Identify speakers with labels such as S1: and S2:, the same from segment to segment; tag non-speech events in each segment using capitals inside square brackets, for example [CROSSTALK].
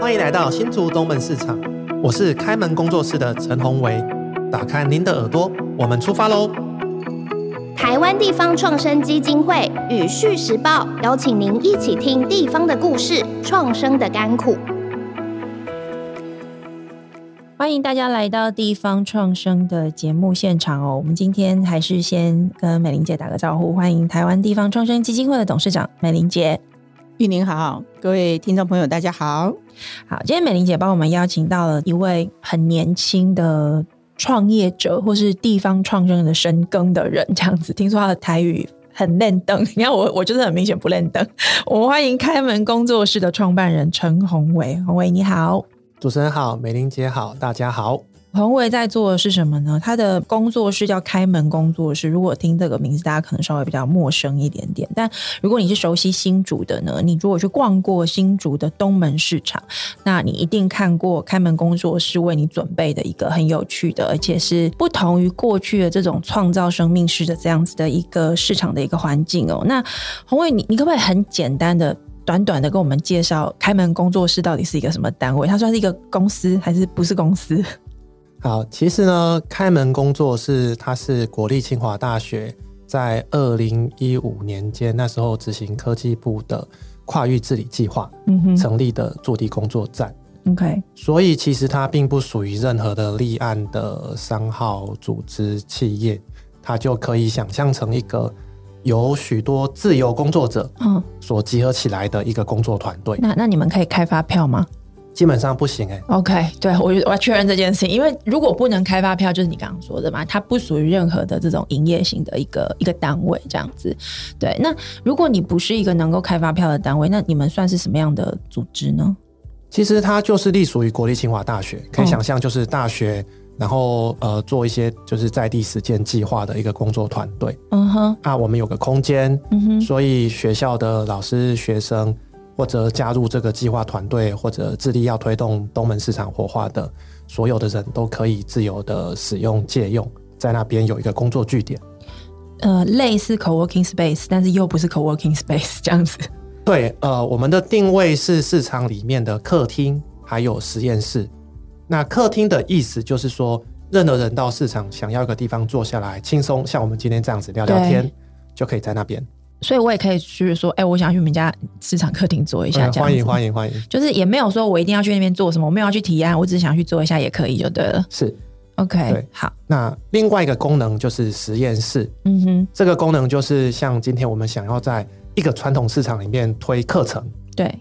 S1: 欢迎来到新竹东门市场，我是开门工作室的陈宏维。打开您的耳朵，我们出发喽！
S2: 台湾地方创生基金会与《续时报》邀请您一起听地方的故事，创生的甘苦。
S3: 欢迎大家来到地方创生的节目现场哦。我们今天还是先跟美玲姐打个招呼，欢迎台湾地方创生基金会的董事长美玲姐。
S4: 玉宁好，各位听众朋友，大家好。
S3: 好，今天美玲姐帮我们邀请到了一位很年轻的创业者，或是地方创生的深耕的人，这样子。听说他的台语很嫩登， [LAUGHS] 你看我，我就是很明显不嫩登。我们欢迎开门工作室的创办人陈宏伟，宏伟你好。
S1: 主持人好，美玲姐好，大家好。
S3: 宏伟在做的是什么呢？他的工作室叫开门工作室。如果听这个名字，大家可能稍微比较陌生一点点。但如果你是熟悉新竹的呢，你如果去逛过新竹的东门市场，那你一定看过开门工作室为你准备的一个很有趣的，而且是不同于过去的这种创造生命式的这样子的一个市场的一个环境哦。那宏伟，你你可不可以很简单的？短短的跟我们介绍开门工作室到底是一个什么单位？它算是一个公司还是不是公司？
S1: 好，其实呢，开门工作室它是国立清华大学在二零一五年间那时候执行科技部的跨域治理计划
S3: 嗯哼
S1: 成立的坐地工作站，
S3: ，OK，
S1: 所以其实它并不属于任何的立案的商号、组织、企业，它就可以想象成一个有许多自由工作者
S3: 嗯，
S1: 所集合起来的一个工作团队。
S3: 那那你们可以开发票吗
S1: 基本上不行哎、
S3: ？OK，对我我要确认这件事情，因为如果不能开发票，就是你刚刚说的嘛，它不属于任何的这种营业型的一个一个单位这样子。对，那如果你不是一个能够开发票的单位，那你们算是什么样的组织呢？
S1: 其实它就是隶属于国立清华大学，可以
S3: 嗯
S1: 想象就是大学，然后呃做一些就是在地实践计划的一个工作团队。
S3: 嗯哼，
S1: 啊，我们有个空间，
S3: 嗯哼，
S1: 所以学校的老师、学生或者加入这个计划团队，或者致力要推动东门市场活化的所有的人都可以自由的使用、借用，在那边有一个工作据点。
S3: 呃，类似 co-working space，但是又不是 co-working space 这样子。
S1: 对，呃，我们的定位是市场里面的客厅还有实验室。那客厅的意思就是说，任何人到市场想要一个地方坐下来轻松，像我们今天这样子聊聊
S3: 对
S1: 天，就可以在那边。
S3: 所以我也可以去说，哎、我想去你们家市场客厅坐一下，
S1: 嗯
S3: 这样
S1: 欢
S3: 子、
S1: 迎欢迎欢迎，
S3: 就是也没有说我一定要去那边做什么，我没有要去提案，我只是想去做一下也可以就对了。
S1: 是。
S3: OK，
S1: 对
S3: 好，
S1: 那另外一个功能就是实验室，
S3: 嗯哼，
S1: 这个功能就是像今天我们想要在一个传统市场里面推课程，
S3: 对，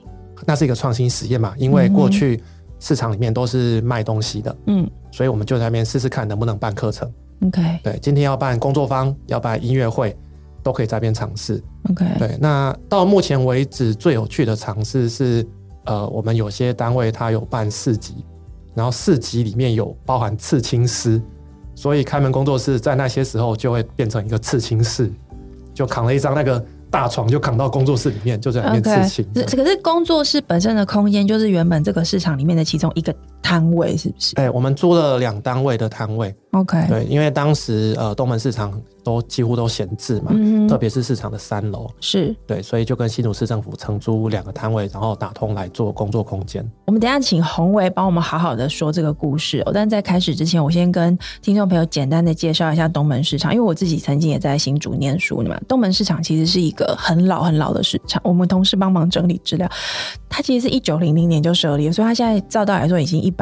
S1: 那是一个创新实验嘛，因为
S3: 嗯哼
S1: 过去市场里面都是卖东西的，
S3: 嗯
S1: 所以我们就在那边试试看能不能办课程。
S3: ，OK，OK，、
S1: 对，今天要办工作坊，要办音乐会，都可以在那边尝试。
S3: 哎
S1: 对，那到目前为止最有趣的尝试是，呃，我们有些单位它有办市集，然后市集里面有包含刺青师，所以开门工作室在那些时候就会变成一个刺青室，就扛了一张那个大床，就扛到工作室里面，就在里面
S3: OK，
S1: 刺青。
S3: 是可是工作室本身的空间就是原本这个市场里面的其中一个摊位，是不是
S1: 哎、我们租了两单位的摊位，
S3: ？OK，
S1: 对，因为当时呃东门市场都几乎都闲置嘛，
S3: 嗯
S1: 特
S3: 哼，
S1: 别是市场的三楼，
S3: 是
S1: 对，所以就跟新竹市政府承租两个摊位，然后打通来做工作空间。
S3: 我们等一下请宏伟帮我们好好的说这个故事哦。但在开始之前，我先跟听众朋友简单的介绍一下东门市场，因为我自己曾经也在新竹念书嘛。东门市场其实是一个很老很老的市场，我们同事帮忙整理资料，它其实是一九零零年就设立了，所以它现在照道来说已经一百。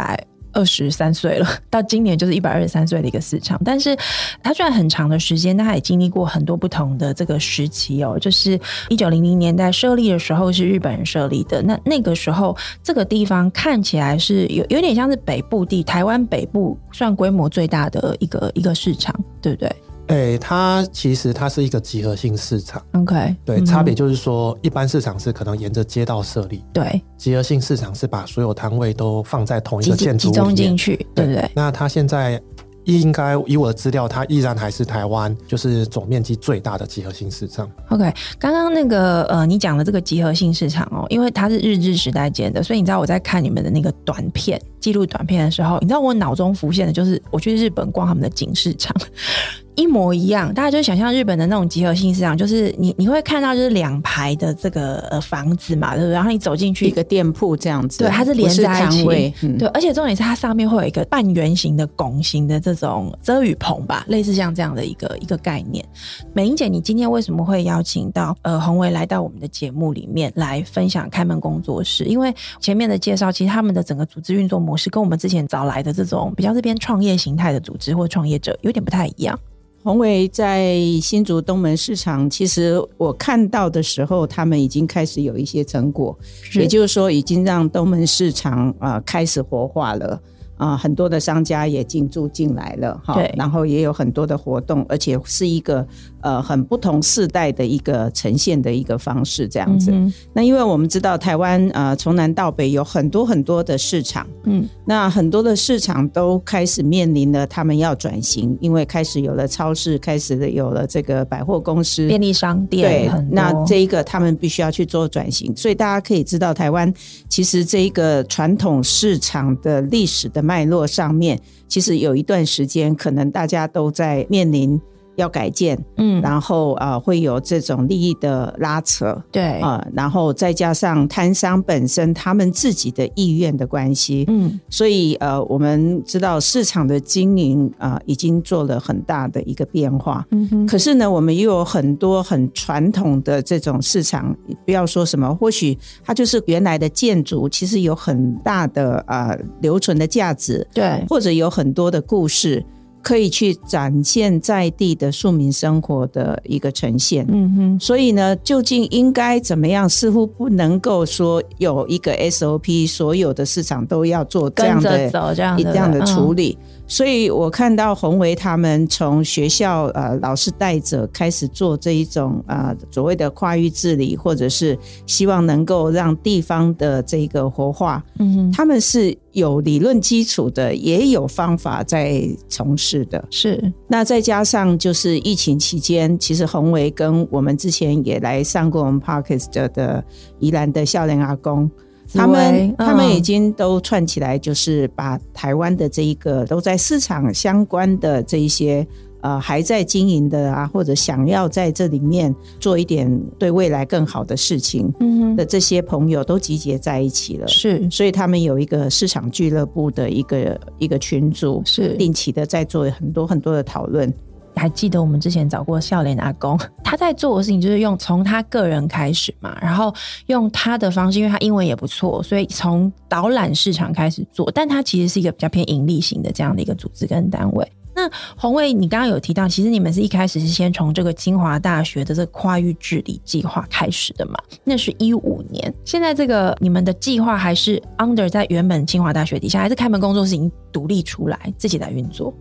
S3: 二十三岁了， [LAUGHS] 到今年就是一百二十三岁的一个市场。但是它虽然很长的时间，但它也经历过很多不同的这个时期哦。就是一九零零年代设立的时候是日本人设立的，那那个时候这个地方看起来是有有点像是北部地，台湾北部算规模最大的一个一个市场，对不对
S1: 哎，它其实它是一个集合性市场，
S3: ？OK，
S1: 对，
S3: 嗯
S1: 差别就是说，一般市场是可能沿着街道设立，
S3: 对
S1: 集合性市场是把所有摊位都放在同一
S3: 集
S1: 个
S3: 集
S1: 建筑
S3: 集
S1: 物里
S3: 中进
S1: 面。
S3: 去，对不对？
S1: 那它现在应该以我的资料，它依然还是台湾就是总面积最大的集合性市场。
S3: OK，刚刚那个呃，你讲的这个集合性市场哦，因为它是日治时代建的，所以你知道我在看你们的那个短片记录短片的时候，你知道我脑中浮现的就是我去日本逛他们的景市场， [LAUGHS] 一模一样，大家就想象日本的那种集合性市场，就是你你会看到就是两排的这个呃房子嘛，对不对？然后你走进去
S4: 一个店铺这样子，
S3: 对，它是
S4: 不
S3: 连在一
S4: 摊
S3: 起，
S4: 位，嗯
S3: 对，，而且重点是它上面会有一个半圆形的拱形的这种遮雨棚吧，类似像这样的一个一个概念。美英姐，你今天为什么会邀请到呃宏维来到我们的节目里面来分享开门工作室？因为前面的介绍，其实他们的整个组织运作模式跟我们之前找来的这种比较这边创业形态的组织或创业者有点不太一样。
S4: 宏伟在新竹东门市场，其实我看到的时候，他们已经开始有一些成果，也就是说，已经让东门市场啊、呃开始活化了。啊、很多的商家也进驻进来了哈
S3: 对，
S4: 然后也有很多的活动，而且是一个呃很不同世代的一个呈现的一个方式这样子。
S3: 嗯哼
S4: 那因为我们知道台湾呃从南到北有很多很多的市场，
S3: 嗯，
S4: 那很多的市场都开始面临了他们要转型，因为开始有了超市，开始有了这个百货公司，
S3: 便利商
S4: 对
S3: 店很，多
S4: 那这一个他们必须要去做转型，所以大家可以知道，台湾其实这一个传统市场的历史的脉络上面，其实有一段时间，可能大家都在面临要改建，
S3: 嗯
S4: 然后啊、呃会有这种利益的拉扯。
S3: 对
S4: 啊、然后再加上摊商本身他们自己的意愿的关系，
S3: 嗯
S4: 所以呃，我们知道市场的经营啊、呃已经做了很大的一个变化。
S3: 嗯哼
S4: 可是呢，我们又有很多很传统的这种市场，不要说什么，或许它就是原来的建筑，其实有很大的呃留存的价值，
S3: 对
S4: 或者有很多的故事可以去展现在地的庶民生活的一个呈现。
S3: 嗯哼
S4: 所以呢，究竟应该怎么样，似乎不能够说有一个 SOP，所有的市场都要做这
S3: 跟
S4: 样
S3: 着
S4: 的
S3: 走这样
S4: 一
S3: 的嗯
S4: 这样的处
S3: 理，
S4: 理。所以我看到宏维他们从学校呃老师带着开始做这一种呃所谓的跨域治理，或者是希望能够让地方的这个活化，
S3: 嗯哼
S4: 他们是有理论基础的，也有方法在从事的。
S3: 是
S4: 那再加上就是疫情期间，其实宏维跟我们之前也来上过我们 Parkes 的的宜兰的笑脸阿公，他
S3: 紫
S4: 们
S3: 薇、
S4: 他们
S3: 嗯
S4: 已经都串起来，就是把台湾的这一个都在市场相关的这一些。呃，还在经营的啊，或者想要在这里面做一点对未来更好的事情
S3: 嗯
S4: 的这些朋友，都集结在一起了。
S3: 是
S4: 所以他们有一个市场俱乐部的一个一个群组，
S3: 是
S4: 定期的在做很多很多的讨论。
S3: 还记得我们之前找过笑脸阿公， [LAUGHS] 他在做的事情就是用从他个人开始嘛，然后用他的方式，因为他英文也不错，所以从导览市场开始做，但他其实是一个比较偏盈利型的这样的一个组织跟单位。那宏卫，你刚刚有提到，其实你们是一开始是先从这个清华大学的这个跨域治理计划开始的嘛？那是一五年，现在这个你们的计划还是 under 在原本清华大学底下，还是开门工作室已经独立出来自己来运作？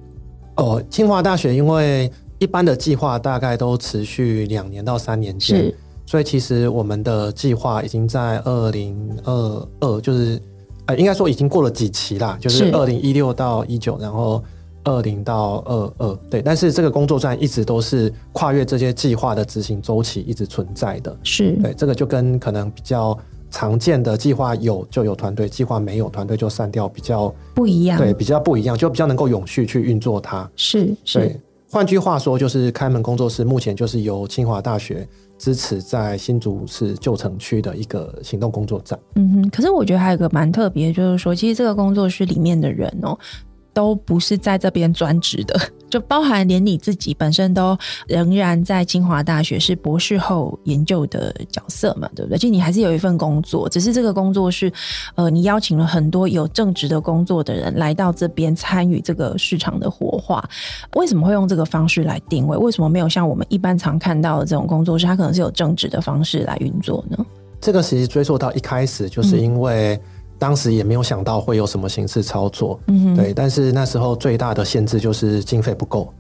S1: 哦，清华大学因为一般的计划大概都持续两年到三年间
S3: 是，
S1: 所以其实我们的计划已经在二零二二，就是呃，应该说已经过了几期啦，就是
S3: 是
S1: 二零一六到一九，然后二零到二二，对。但是这个工作站一直都是跨越这些计划的执行周期一直存在的，
S3: 是
S1: 对，这个就跟可能比较常见的计划有就有团队，计划没有团队就散掉，比较
S3: 不一样，
S1: 对比较不一样，就比较能够永续去运作它。
S3: 是是
S1: 对，换句话说，就是开门工作室目前就是由清华大学支持在新竹市旧城区的一个行动工作站。
S3: 嗯哼，可是我觉得还有一个蛮特别，就是说，其实这个工作室里面的人哦，都不是在这边专职的， [LAUGHS] 就包含连你自己本身都仍然在清华大学是博士后研究的角色嘛，对不对？就你还是有一份工作，只是这个工作是，呃，你邀请了很多有正职的工作的人来到这边参与这个市场的活化，为什么会用这个方式来定位？为什么没有像我们一般常看到的这种工作室，它可能是有正职的方式来运作呢？
S1: 这个其实追溯到一开始，就是因为当时也没有想到会有什么形式操作，
S3: 嗯哼，
S1: 对。但是那时候最大的限制就是经费不够。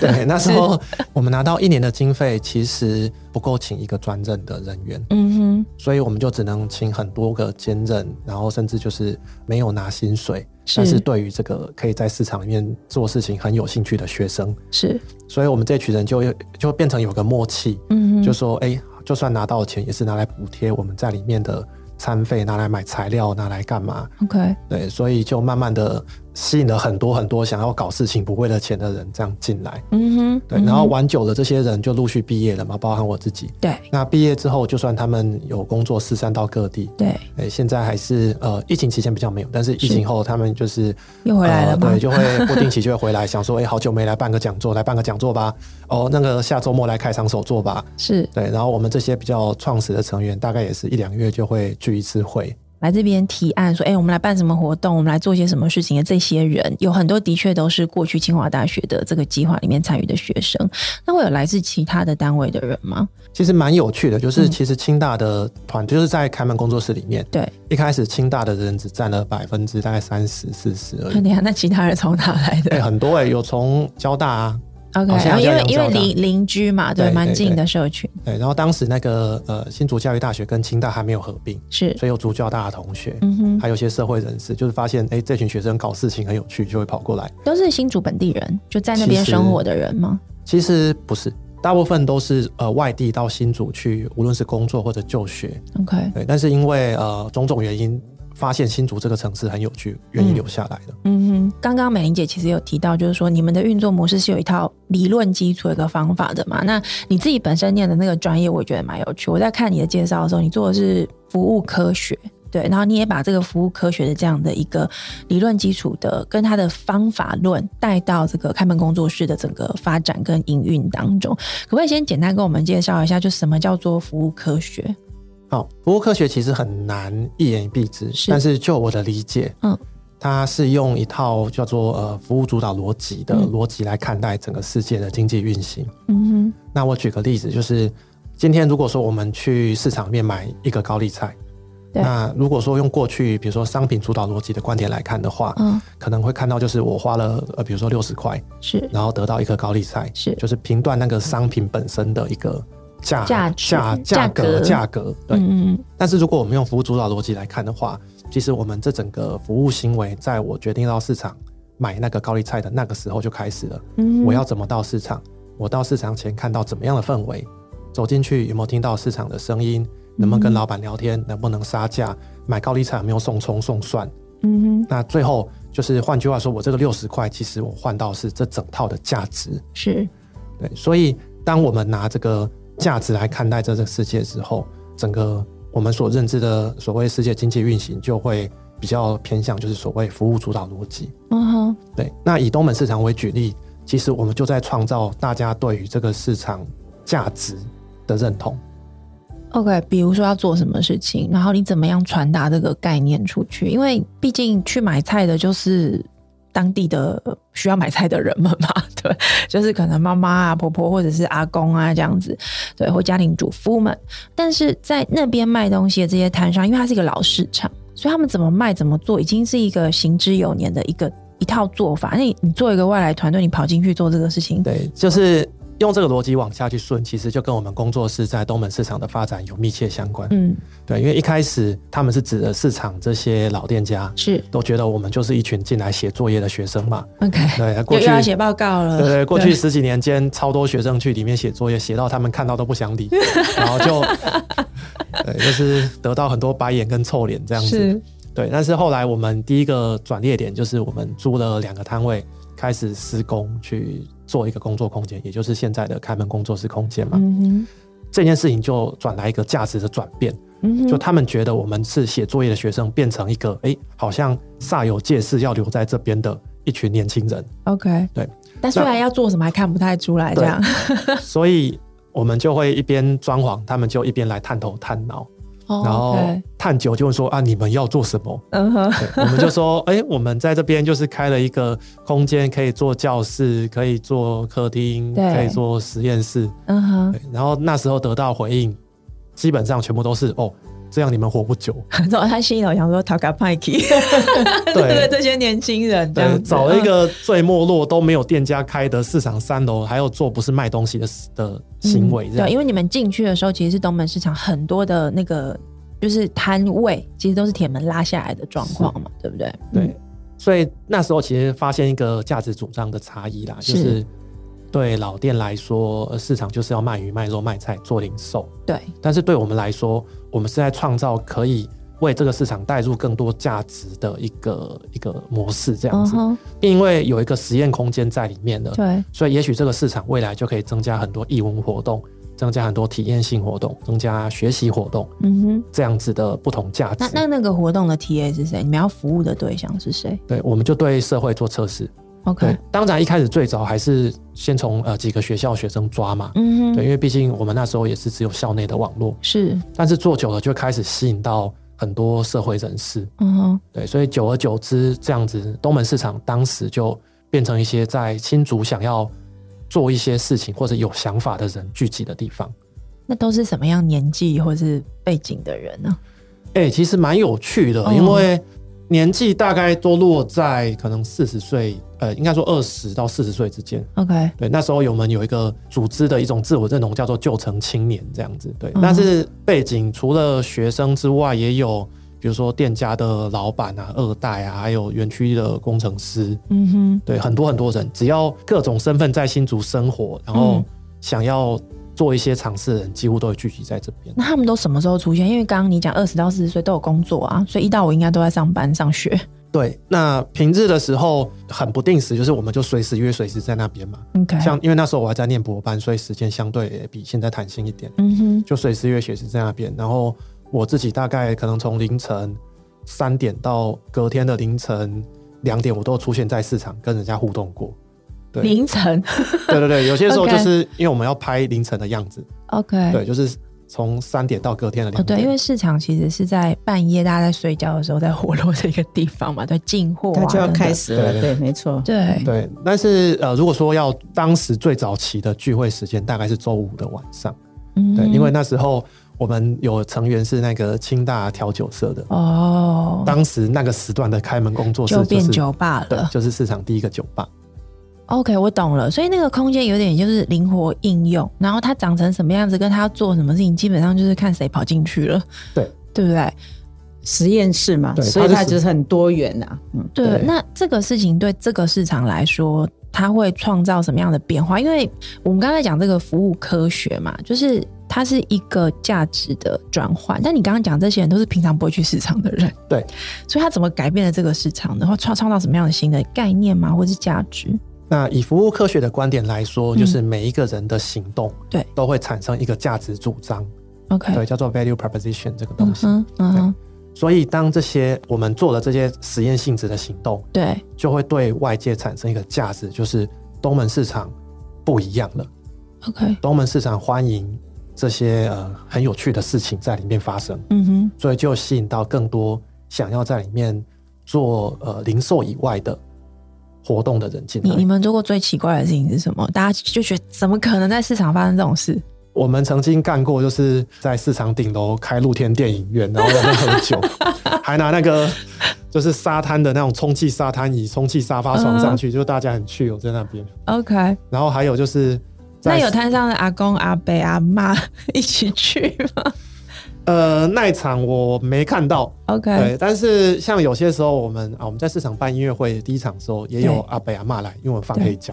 S1: 对，那时候我们拿到一年的经费，其实不够请一个专任的人员，
S3: 嗯哼。
S1: 所以我们就只能请很多个兼任，然后甚至就是没有拿薪水，
S3: 是
S1: 但是对于这个可以在市场里面做事情很有兴趣的学生，
S3: 是，
S1: 所以我们这群人就又就变成有个默契，
S3: 嗯哼，
S1: 就说哎、诶就算拿到钱，也是拿来补贴我们在里面的餐费，拿来买材料，拿来干嘛？
S3: OK，
S1: 对，所以就慢慢的吸引了很多很多想要搞事情不为了钱的人这样进来。
S3: 嗯哼，
S1: 对，然后玩久了，这些人就陆续毕业了嘛，包含我自己。
S3: 对
S1: 那毕业之后，就算他们有工作四散到各地，
S3: 对，
S1: 哎、现在还是呃，疫情期间比较没有，但是疫情后他们就是
S3: 又回来了吗
S1: 呃，对，就
S3: [LAUGHS]
S1: 会不定期就会回来，想说，哎、好久没来办个讲座，来办个讲座吧。哦，那个下周末来开场手作吧。
S3: 是
S1: 对，然后我们这些比较创始的成员，大概也是一两月就会聚一次会。
S3: 来这边提案说，哎、我们来办什么活动，我们来做些什么事情的这些人，有很多的确都是过去清华大学的这个计划里面参与的学生。那会有来自其他的单位的人吗？
S1: 其实蛮有趣的，就是
S3: 嗯
S1: 其实清大的团、就是在开门工作室里面，
S3: 对，
S1: 一开始清大的人只占了百分之大概三十四十而
S3: 那
S1: 已。
S3: 等一下，那其他人从哪来
S1: 呃哎、
S3: 的、
S1: 很多哎、有从交大啊，
S3: o
S1: 好
S3: k
S1: 像
S3: 因为
S1: 要
S3: 因为
S1: 交大
S3: 邻邻居嘛，对，
S1: 对
S3: 蛮
S1: 对
S3: 近
S1: 对
S3: 的社群，
S1: 对，然后当时那个呃新竹教育大学跟清大还没有合并，
S3: 是，
S1: 所以有竹教大的同学，
S3: 嗯哼，
S1: 还有一些社会人士，就是发现哎、这群学生搞事情很有趣，就会跑过来。
S3: 都是新竹本地人，就在那边
S1: 其实
S3: 生活的人吗？
S1: 其实不是，大部分都是呃外地到新竹去，无论是工作或者就学，
S3: OK，
S1: 对，但是因为呃种种原因，发现新竹这个城市很有趣，愿意留下来的。
S3: 嗯哼，刚刚美玲姐其实有提到，就是说你们的运作模式是有一套理论基础、一个方法的嘛。那你自己本身念的那个专业，我也觉得蛮有趣。我在看你的介绍的时候，你做的是服务科学，对，然后你也把这个服务科学的这样的一个理论基础的跟它的方法论带到这个开门工作室的整个发展跟营运当中。可不可以先简单跟我们介绍一下，就什么叫做服务科学？
S1: 好，服务科学其实很难一言以蔽之，
S3: 是
S1: 但是就我的理解，
S3: 嗯，
S1: 它是用一套叫做呃服务主导逻辑的
S3: 嗯
S1: 逻辑来看待整个世界的经济运行。
S3: 嗯
S1: 那我举个例子，就是今天如果说我们去市场里面买一个高丽菜，
S3: 对
S1: 那如果说用过去比如说商品主导逻辑的观点来看的话，
S3: 哼，嗯，
S1: 可能会看到就是我花了呃比如说六十块，
S3: 是
S1: 然后得到一颗高丽菜，
S3: 是
S1: 就是评断那个商品本身的一个价
S3: 价值
S1: 价
S3: 价
S1: 价
S3: 格
S1: 格价格对。
S3: 嗯嗯
S1: 但是如果我们用服务主导逻辑来看的话，其实我们这整个服务行为，在我决定到市场买那个高丽菜的那个时候就开始了。
S3: 嗯，
S1: 我要怎么到市场？我到市场前看到怎么样的氛围？走进去有没有听到市场的声音？能不能跟老板聊天？能不能杀价？买高丽菜有没有送葱送蒜？
S3: 嗯哼
S1: 那最后就是换句话说，我这个六十块，其实我换到是这整套的价值。
S3: 是
S1: 对，所以当我们拿这个价值来看待这个世界之后，整个我们所认知的所谓世界经济运行就会比较偏向就是所谓服务主导逻辑。
S3: 嗯哼
S1: 对，那以东门市场为举例，其实我们就在创造大家对于这个市场价值的认同。
S3: OK，比如说要做什么事情，然后你怎么样传达这个概念出去？因为毕竟去买菜的就是当地的呃需要买菜的人们嘛， [LAUGHS] 对，就是可能妈妈啊、婆婆或者是阿公啊这样子，对，或家庭主妇们。但是在那边卖东西的这些摊商，因为它是一个老市场，所以他们怎么卖、怎么做，已经是一个行之有年的一个一套做法。那你你做一个外来团队，你跑进去做这个事情，
S1: 对，就是用这个逻辑往下去顺，其实就跟我们工作室在东门市场的发展有密切相关。
S3: 嗯，
S1: 对，因为一开始他们是指的市场这些老店家。
S3: 是
S1: 都觉得我们就是一群进来写作业的学生嘛，
S3: OK，啊
S1: 对，过
S3: 又
S1: 去
S3: 又要写报告了，
S1: 对对，过去十几年间，超多学生去里面写作业，写到他们看到都不想
S3: [LAUGHS]
S1: 理，然后就，对，就是得到很多白眼跟臭脸这样子。
S3: 是
S1: 对，但是后来我们第一个转捩点就是我们租了两个摊位，开始施工去做一个工作空间，也就是现在的开门工作室空间嘛。
S3: 嗯哼。
S1: 这件事情就转来一个价值的转变，
S3: 嗯哼
S1: 就他们觉得我们是写作业的学生，变成一个哎、诶好像煞有介事要留在这边的一群年轻
S3: [LAUGHS]
S1: 人。
S3: OK，
S1: 对。
S3: 但虽然要做什么还看不太出来，这
S1: 对
S3: 样
S1: 所以我们就会一边装潢，他们就一边来探头探脑，
S3: 哦
S1: 然后
S3: OK
S1: 探究就会说啊，你们要做什么？
S3: 嗯哼，
S1: 对 [LAUGHS] 我们就说，哎、我们在这边就是开了一个空间，可以做教室，可以做客厅，
S3: 对
S1: 可以做实验室。
S3: 嗯哼，
S1: 对，然后那时候得到回应，基本上全部都是哦，这样你们活不
S3: [LAUGHS]
S1: 久。
S3: 然后他心里头想说 t a k a p
S1: [LAUGHS]
S3: i k 对不对？这些年轻人这样
S1: 对，
S3: 子
S1: 找了一个最没落都没有店家开的市场三楼，还有做不是卖东西的的
S3: 嗯
S1: 行为，这样、
S3: 对，因为你们进去的时候，其实是东门市场很多的那个就是摊位，其实都是铁门拉下来的状况嘛，对不对？嗯
S1: 对，所以那时候其实发现一个价值主张的差异啦，
S3: 是
S1: 就是对老店来说，呃市场就是要卖鱼、卖肉、卖菜做零售，
S3: 对，
S1: 但是对我们来说，我们是在创造可以为这个市场带入更多价值的一个一个模式这样
S3: 嗯
S1: 子。
S3: 哼，
S1: 因为有一个实验空间在里面的，
S3: 对，
S1: 所以也许这个市场未来就可以增加很多义文活动，增加很多体验性活动，增加学习活动
S3: 嗯哼。
S1: 这样子的不同价值
S3: 那。那那个活动的 TA 是谁？你们要服务的对象是谁
S1: 对，我们就对社会做测试。对
S3: ？OK，，
S1: 当然一开始最早还是先从呃几个学校学生抓嘛，
S3: 嗯
S1: 对，
S3: 哼，
S1: 因为毕竟我们那时候也是只有校内的网络，
S3: 是，
S1: 但是做久了就开始吸引到很多社会人士，
S3: 嗯哼，
S1: 对，所以久而久之，这样子东门市场当时就变成一些在新竹想要做一些事情或者有想法的人聚集的地方。
S3: 那都是什么样年纪或是背景的人呢、
S1: 哎、其实蛮有趣的
S3: 哦，
S1: 因为年纪大概都落在可能四十岁，呃，应该说二十到四十岁之间。
S3: o k
S1: 对，那时候我们有一个组织的一种自我认同，叫做旧城青年这样子。对，
S3: 嗯
S1: 但是背景除了学生之外，也有比如说店家的老板啊、二代啊，还有园区的工程师，
S3: 嗯哼，
S1: 对，很多很多人，只要各种身份在新竹生活，然后
S3: 嗯
S1: 想要做一些尝试的人，几乎都会聚集在这边。
S3: 那他们都什么时候出现？因为刚刚你讲二十到四十岁都有工作啊，所以一到五应该都在上班上学。
S1: 对，那平日的时候很不定时，就是我们就随时约，随时在那边嘛。
S3: OK，
S1: 像因为那时候我还在念博班，所以时间相对也比现在弹性一点。
S3: 嗯哼，
S1: 就随时约学生在那边。然后我自己大概可能从凌晨三点到隔天的凌晨两点，我都出现在市场跟人家互动过。对
S3: 凌晨
S1: 对对对，有些时候
S3: OK
S1: 就是因为我们要拍凌晨的样子，
S3: ，OK，
S1: 对，就是从三点到隔天的
S3: 哎哦，
S1: 两点。
S3: 对，因为市场其实是在半夜大家在睡觉的时候在活络的一个地方嘛， [LAUGHS] 在进货啊，
S4: 他就要开始了，
S1: 对
S4: 对，没错。
S3: 等等。对，
S1: 对，但是呃，如果说要当时最早期的聚会时间，大概是周五的晚上。
S3: 嗯
S1: 对，因为那时候我们有成员是那个清大调酒社的，
S3: 哦，
S1: 当时那个时段的开门工作室
S3: 就是变酒吧
S1: 对
S3: 了，。
S1: 就是市场第一个酒吧。
S3: OK，我懂了。所以那个空间有点就是灵活应用，然后它长成什么样子，跟它要做什么事情，基本上就是看谁跑进去了。
S1: 对，
S3: 对不对？
S4: 实验室嘛，
S1: 对
S4: 所以
S1: 它
S4: 它
S1: 是实
S4: 就是很多元呐、啊。嗯，
S3: 对，
S1: 对
S3: 那这个事情对这个市场来说，它会创造什么样的变化？因为我们刚才讲这个服务科学嘛，就是它是一个价值的转换。但你刚刚讲这些人都是平常不会去市场的人，
S1: 对，
S3: 所以它怎么改变了这个市场呢？或创创造什么样的新的概念吗？或是价值？
S1: 那以服务科学的观点来说，
S3: 嗯
S1: 就是每一个人的行动，
S3: 对
S1: 都会产生一个价值主张，
S3: OK，
S1: 对，叫做 value proposition 这个
S3: 嗯
S1: 东西。
S3: 哼，嗯哼，
S1: 所以，当这些我们做的这些实验性质的行动，
S3: 对，
S1: 就会对外界产生一个价值，就是东门市场不一样了，
S3: OK，
S1: 东门市场欢迎这些呃很有趣的事情在里面发生，
S3: 嗯哼，
S1: 所以就吸引到更多想要在里面做呃零售以外的活动的人进
S3: 你
S1: 来
S3: 你。们做过最奇怪的事情是什么？大家就觉得怎么可能在市场发生这种事？
S1: 我们曾经干过，就是在市场顶楼开露天电影院，然后在那边喝酒，还拿那个就是沙滩的那种充气沙滩椅、充气沙发床上去，就大家很去哦，在那边。
S3: OK，
S1: 然后还有就是
S3: 那
S1: 在
S3: 有摊上的阿公、阿伯、阿妈一起去吗 [LAUGHS]
S1: 呃那一场我没看到，
S3: ？OK，
S1: 对，但是像有些时候我们啊，我们在市场办音乐会第一场的时候，也有
S3: 对
S1: 阿北阿妈来，因为我们放
S3: 对
S1: 黑胶，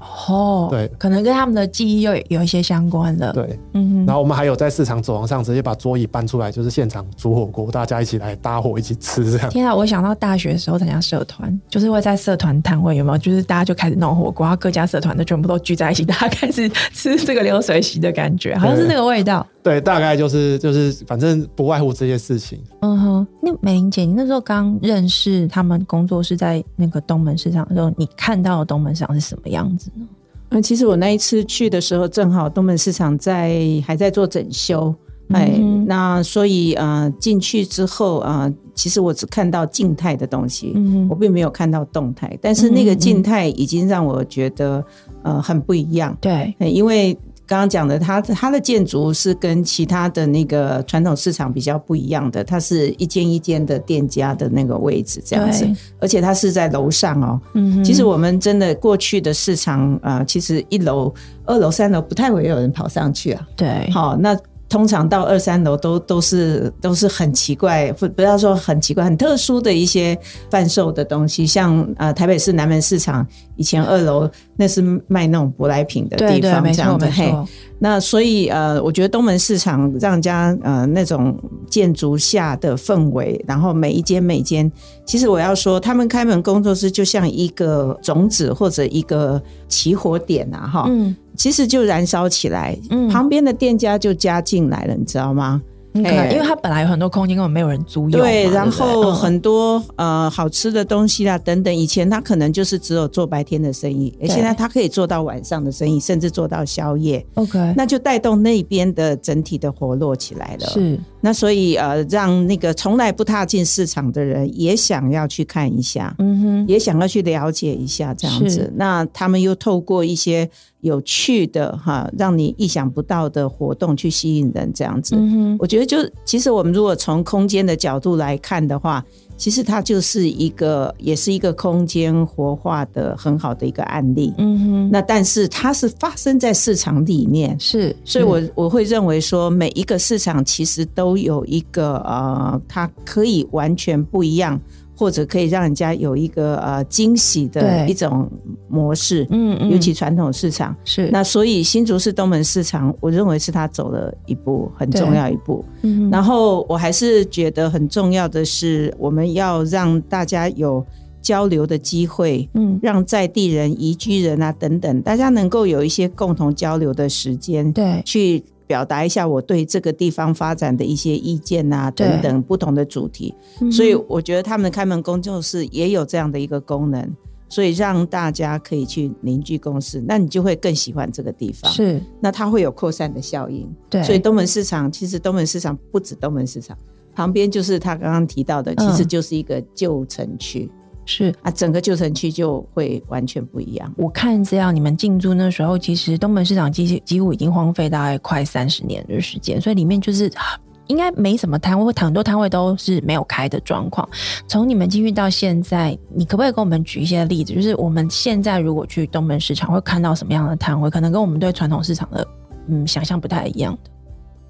S3: 哦，
S1: 对
S3: 可能跟他们的记忆又有有一些相关的。，
S1: 对。
S3: 嗯
S1: 然
S3: 哼，
S1: 后我们还有在市场走廊上直接把桌椅搬出来，就是现场煮火锅，大家一起来搭伙一起吃这样。
S3: 天啊，我想到大学的时候参加社团，就是会在社团摊位有没有？就是大家就开始弄火锅，然后各家社团的全部都聚在一起，大家开始吃这个流水席的感觉，好像是那个味道。
S1: 对，大概就是就是，反正不外乎这些事情。
S3: 嗯哼，那美玲姐，你那时候刚认识他们工作室在那个东门市场的时候，你看到的东门市场是什么样子呢？
S4: 嗯，其实我那一次去的时候，正好东门市场在还在做整修，哎，
S3: 嗯哼
S4: 那所以呃进去之后啊、呃其实我只看到静态的东西，
S3: 嗯
S4: 我并没有看到动态，但是
S3: 嗯
S4: 那
S3: 嗯
S4: 个
S3: 嗯
S4: 静态已经让我觉得呃很不一样。
S3: 对，
S4: 哎因为刚刚讲的，它它的建筑是跟其他的那个传统市场比较不一样的，它是一间一间的店家的那个位置这样子
S3: 对，
S4: 而且它是在楼上哦。
S3: 嗯哼
S4: 其实我们真的过去的市场啊、呃其实一楼、二楼、三楼不太会有人跑上去啊。
S3: 对，
S4: 好、那。通常到二三楼都都是都是很奇怪，不不要说很奇怪，很特殊的一些贩售的东西，像呃台北市南门市场以前二楼那是卖那种舶来品的
S3: 对
S4: 地
S3: 对，
S4: 方，
S3: 没错
S4: 这样子
S3: 没
S4: 嘿。
S3: 错，
S4: 那所以呃，我觉得东门市场让人家呃那种建筑下的氛围，然后每一间每一间，其实我要说，他们开门工作室就像一个种子或者一个起火点啊，哈，
S3: 嗯
S4: 其实就燃烧起来，
S3: 嗯
S4: 旁边的店家就加进来了，你知道吗？哎
S3: ，OK，因为它本来有很多空间，根本没有人租用嘛，
S4: 对，然
S3: 不对
S4: 后
S3: 嗯
S4: 很多呃好吃的东西啦等等，以前他可能就是只有做白天的生意，哎
S3: 对
S4: 现在他可以做到晚上的生意，甚至做到宵夜。
S3: OK，
S4: 那就带动那边的整体的活络起来了。，
S3: 是
S4: 那所以呃，让那个从来不踏进市场的人也想要去看一下，
S3: 嗯哼，
S4: 也想要去了解一下这样子
S3: 是。
S4: 那他们又透过一些有趣的
S3: 嗯
S4: 哈，让你意想不到的活动去吸引人这样子。
S3: 嗯哼，
S4: 我觉得就其实我们如果从空间的角度来看的话，其实它就是一个，也是一个空间活化的很好的一个案例。
S3: 嗯哼，
S4: 那但是它是发生在市场里面，
S3: 是，
S4: 所以我，
S3: 嗯
S4: 我会认为说，每一个市场其实都有一个呃，它可以完全不一样，或者可以让人家有一个呃惊喜的
S3: 对
S4: 一种模式，
S3: 嗯嗯，
S4: 尤其传统市场。
S3: 是
S4: 那所以新竹市东门市场，我认为是他走了一步很重要一步。
S3: 嗯哼
S4: 然后我还是觉得很重要的是，我们要让大家有交流的机会，
S3: 嗯
S4: 让在地人、移居人啊等等，大家能够有一些共同交流的时间，
S3: 对
S4: 去表达一下我对这个地方发展的一些意见啊
S3: 对
S4: 等等不同的主题。
S3: 嗯
S4: 所以
S3: 哼
S4: 我觉得他们的开门工作室也有这样的一个功能，所以让大家可以去凝聚共识，那你就会更喜欢这个地方。
S3: 是
S4: 那它会有扩散的效应。
S3: 对，
S4: 所以东门市场其实东门市场不止东门市场，旁边就是他刚刚提到的，
S3: 嗯
S4: 其实就是一个旧城区、
S3: 是
S4: 啊，整个旧城区就会完全不一样。
S3: 我看资料，你们进驻那时候，其实东门市场几几乎已经荒废大概快三十年的时间，所以里面就是。啊应该没什么摊位，很多摊位都是没有开的状况。从你们进去到现在，你可不可以给我们举一些例子？就是我们现在如果去东门市场，会看到什么样的摊位？可能跟我们对传统市场的嗯想象不太一样的。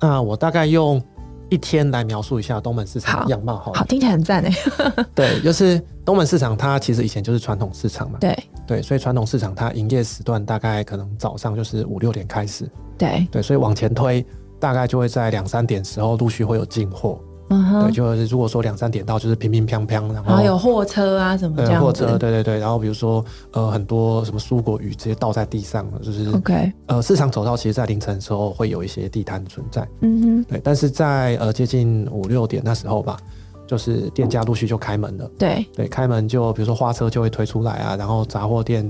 S1: 那我大概用一天来描述一下东门市场
S3: 好
S1: 的样貌好了
S3: 好，听起来很赞哎。
S1: 对，就是东门市场，它其实以前就是传统市场嘛，
S3: 对
S1: 对，所以传统市场它营业时段大概可能早上就是五六点开始，
S3: 对，
S1: 对，所以往前推，大概就会在两三点时候陆续会有进货，
S3: 嗯
S1: 对，
S3: 哼，
S1: 就是如果说两三点到，就是乒乒乓乓，然
S3: 然
S1: 后
S3: 后有货车啊什么这
S1: 呃
S3: 样
S1: 货
S3: 子。
S1: 车，对对对，然后比如说呃很多什么蔬果鱼直接倒在地上了，就是、
S3: OK，
S1: 呃市场走到其实在凌晨的时候会有一些地摊存在，
S3: 嗯哼，
S1: 对，但是在呃接近五六点那时候吧，就是店家陆续就开门了。
S3: 对，
S1: 对，开门就比如说花车就会推出来啊，然后杂货店，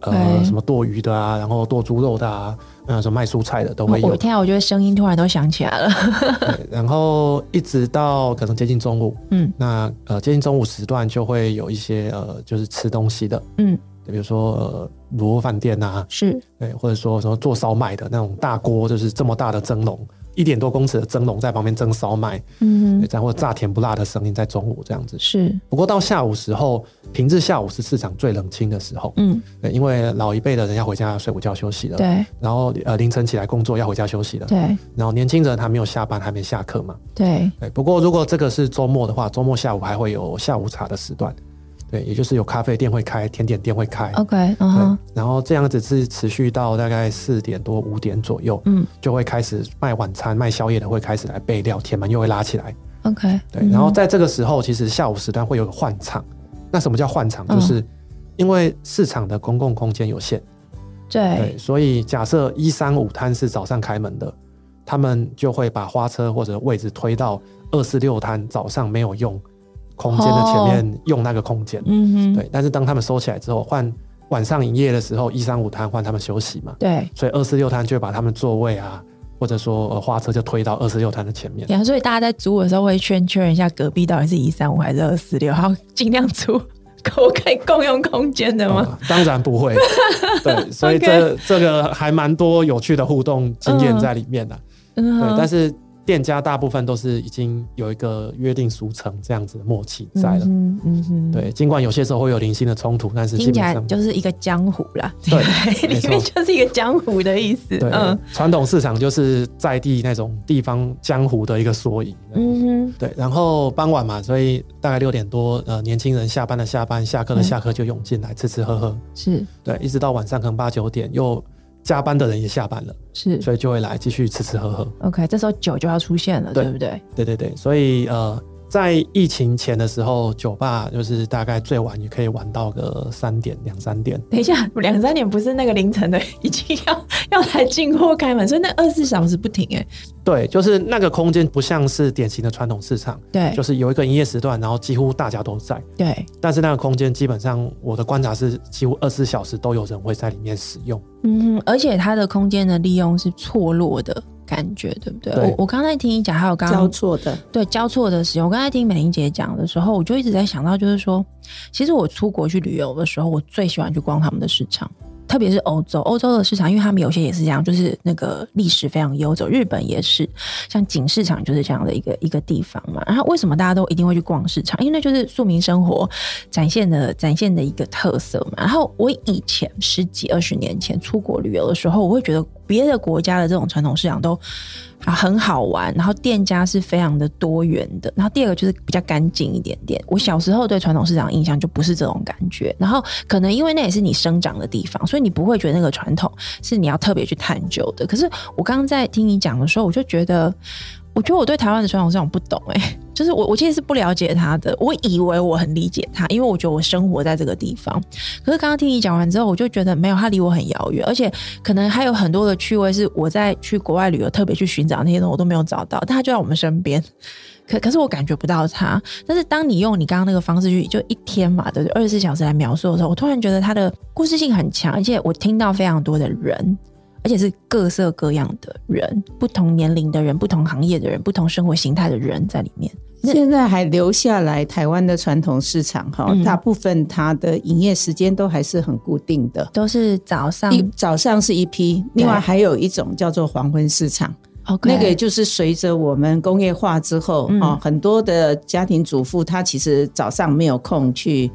S1: 呃，
S3: 对
S1: 什么剁鱼的啊，然后剁猪肉的啊，嗯，什么卖蔬菜的都会
S3: 我
S1: 有。
S3: 天啊，我觉得声音突然都响起来了。
S1: 对，然后一直到可能接近中午，
S3: 嗯
S1: 那呃接近中午时段就会有一些呃就是吃东西的，
S3: 嗯，
S1: 比如说呃卤肉饭店啊，
S3: 是
S1: 对，或者说什么做烧麦的那种大锅，就是这么大的蒸笼，一点多公尺的蒸笼在旁边蒸烧麦，
S3: 嗯
S1: 对，
S3: 哼，
S1: 然后炸甜不辣的声音在中午这样子。
S3: 是，
S1: 不过到下午时候，平日下午是市场最冷清的时候，
S3: 嗯，
S1: 对，因为老一辈的人要回家睡午觉休息了，，
S3: 对
S1: 然后呃凌晨起来工作要回家休息了，
S3: 对
S1: 然后年轻人还没有下班，还没下课嘛，
S3: 对，
S1: 对。不过如果这个是周末的话，周末下午还会有下午茶的时段，对，也就是有咖啡店会开，甜点店会开
S3: OK，嗯
S1: 对
S3: 哼，，
S1: 然后这样子是持续到大概四点多五点左右，
S3: 嗯
S1: 就会开始卖晚餐、卖宵夜的会开始来备料，铁门又会拉起来，
S3: ，OK，嗯
S1: 对，然后在这个时候，其实下午时段会有个换场。那什么叫换场？就是因为市场的公共空间有限，
S3: 对哎
S1: 对，所以假设一三五摊是早上开门的，他们就会把花车或者位置推到二四六摊早上没有用空间的前
S3: 哦
S1: 面用那个空间。
S3: 嗯哼，
S1: 对，但是当他们收起来之后，换晚上营业的时候，一三五摊换他们休息嘛，
S3: 对，
S1: 所以二四六摊就会把他们座位啊，或者说呃花车就推到二四六摊的前面。
S3: 然后所以大家在租的时候会确确认一下隔壁到底是一三五还是二四六，然后尽量租 [LAUGHS] 可可以共用空间的吗？
S1: 呃当然
S3: [LAUGHS]
S1: 不会，对，所以这这个还蛮多有趣的互动经验在里面的、啊
S3: 嗯
S1: 对，
S3: 哼，
S1: 但是店家大部分都是已经有一个约定俗成这样子的默契在了。
S3: 嗯嗯哼，
S1: 对，尽管有些时候会有零星的冲突，但是基
S3: 听起
S1: 本
S3: 来
S1: 上
S3: 就是一个江湖啦，
S1: 对没
S3: [LAUGHS] 里
S1: 错
S3: 面就是一个江湖的意思。
S1: 对
S3: 嗯
S1: 传统市场就是在地那种地方江湖的一个缩影。
S3: 嗯
S1: 对，然后傍晚嘛，所以大概六点多，呃，年轻人下班的下班，下
S3: 嗯
S1: 课的下课就涌进来、吃吃喝喝，
S3: 哼，是
S1: 对，一直到晚上可能八九点，又加班的人也下班了，
S3: 是
S1: 所以就会来继续吃吃喝喝。
S3: ，OK，这时候酒就要出现了，
S1: 对
S3: 对不对？
S1: 对对对，所以呃，在疫情前的时候，酒吧就是大概最晚也可以玩到个三点、两三点。
S3: 等一下，两三点不是那个凌晨的， [LAUGHS] 已经要要来进货开门，所以那二十四小时不停哎、
S1: 对，就是那个空间不像是典型的传统市场，
S3: 对
S1: 就是有一个营业时段，然后几乎大家都在。
S3: 对，
S1: 但是那个空间基本上，我的观察是几乎二十四小时都有人会在里面使用。
S3: 嗯哼，而且它的空间的利用是错落的感觉，对不对？
S1: 对
S3: 我我刚才听你讲，还有刚
S4: 交
S3: 刚
S4: 错的，
S3: 对交错的使用，我刚才听美玲姐讲的时候，我就一直在想到，就是说，其实我出国去旅游的时候，我最喜欢去逛他们的市场。特别是欧洲，欧洲的市场，因为他们有些也是这样，就是那个历史非常悠久。日本也是，像锦市场就是这样的一个一个地方嘛。然后为什么大家都一定会去逛市场？因为那就是庶民生活展现的展现的一个特色嘛。然后我以前十几二十年前出国旅游的时候，我会觉得别的国家的这种传统市场都啊很好玩，然后店家是非常的多元的。然后第二个就是比较干净一点点。我小时候对传统市场的印象就不是这种感觉。然后可能因为那也是你生长的地方，所以你不会觉得那个传统是你要特别去探究的。可是我刚刚在听你讲的时候，我就觉得，我觉得我对台湾的传统市场不懂哎、 [LAUGHS] 就是我我其实是不了解它的，我以为我很理解它，因为我觉得我生活在这个地方。可是刚刚听你讲完之后，我就觉得没有，它离我很遥远，而且可能还有很多的趣味是我在去国外旅游特别去寻找那些东西，我都没有找到，但它就在我们身边。可可是我感觉不到它，但是当你用你刚刚那个方式去就一天嘛，对不对？二十四小时来描述的时候，我突然觉得它的故事性很强，而且我听到非常多的人，而且是各色各样的人，不同年龄的人，不同行业的人，不同生活形态的人在里面。那
S4: 现在还留下来台湾的传统市场哈，
S3: 嗯
S4: 大部分它的营业时间都还是很固定的。
S3: 都是早上
S4: 一早上是一批，另外
S3: 对
S4: 还有一种叫做黄昏市场，
S3: ，OK，
S4: 那个也就是随着我们工业化之后啊、
S3: 嗯
S4: 哦很多的家庭主妇她其实早上没有空去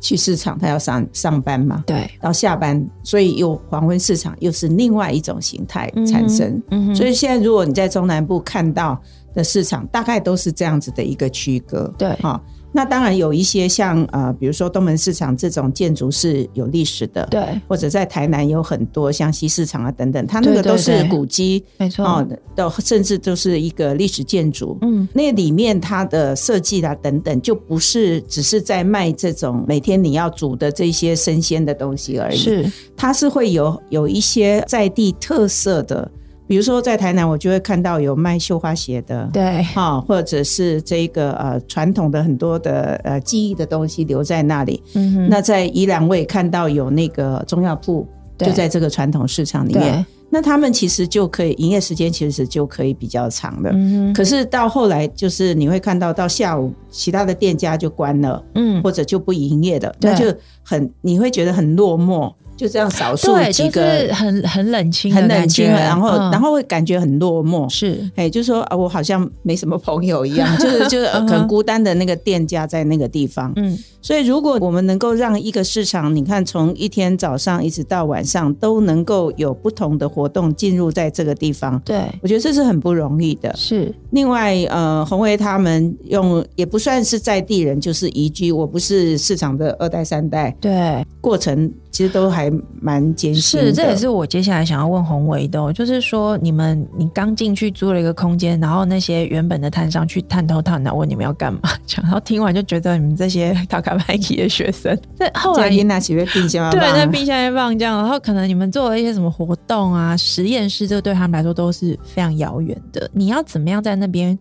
S4: 去市场，她要上上班嘛，
S3: 对
S4: 到下班，所以有黄昏市场又是另外一种形态产生。，
S3: 嗯哼
S4: 所以现在如果你在中南部看到的市场，大概都是这样子的一个区隔。
S3: 对
S4: 啊、那当然有一些像呃，比如说东门市场这种建筑是有历史的，，
S3: 对，
S4: 或者在台南有很多像西市场啊等等，它那个
S3: 对对
S4: 都是
S3: 对
S4: 古迹
S3: 没错，
S4: 哦，都甚至都是一个历史建筑。
S3: 嗯，
S4: 那里面它的设计啦等等，就不是只是在卖这种每天你要煮的这些生鲜的东西而已，
S3: 是
S4: 它是会有有一些在地特色的，比如说在台南，我就会看到有卖绣花鞋的。
S3: 对，
S4: 哈、或者是这个呃传统的很多的呃记忆的东西留在那里。
S3: 嗯哼，
S4: 那在宜兰我也看到有那个中药铺，
S3: 对
S4: 就在这个传统市场里面。
S3: 对，
S4: 那他们其实就可以营业时间其实就可以比较长的。
S3: 嗯哼，
S4: 可是到后来就是你会看到到下午其他的店家就关了，
S3: 嗯，
S4: 或者就不营业的，
S3: 对
S4: 那就很你会觉得很落寞，就这样少数
S3: 对，
S4: 几
S3: 就
S4: 个、
S3: 是很很冷清的
S4: 很
S3: 感觉，
S4: 冷清了，然后、
S3: 嗯
S4: 然后会感觉很落寞。
S3: 是，
S4: 哎，就说啊，我好像没什么朋友一样，就是就是呃
S3: 嗯哼
S4: 很孤单的那个店家在那个地方。
S3: 嗯，
S4: 所以，如果我们能够让一个市场，你看从一天早上一直到晚上都能够有不同的活动进入在这个地方，
S3: 对，
S4: 我觉得这是很不容易的。
S3: 是，
S4: 另外，呃，红威他们用也不算是在地人，就是移居。我不是市场的二代三代，
S3: 对，
S4: 过程其实都还蛮艰辛的。
S3: 是，这也是我接下来想要问宏伟的、哦，就是说你们你刚进去租了一个空间，然后那些原本的摊商去探头探脑问你们要干嘛， [LAUGHS] 讲，然后听完就觉得你们这些 [LAUGHS] 塔卡麦基的学生，那后
S4: 嘉
S3: 来
S4: 宾那几位并肩
S3: 对在冰箱里放这样，然后可能你们做了一些什么活动啊、实验室，这对他们来说都是非常遥远的。你要怎么样在那边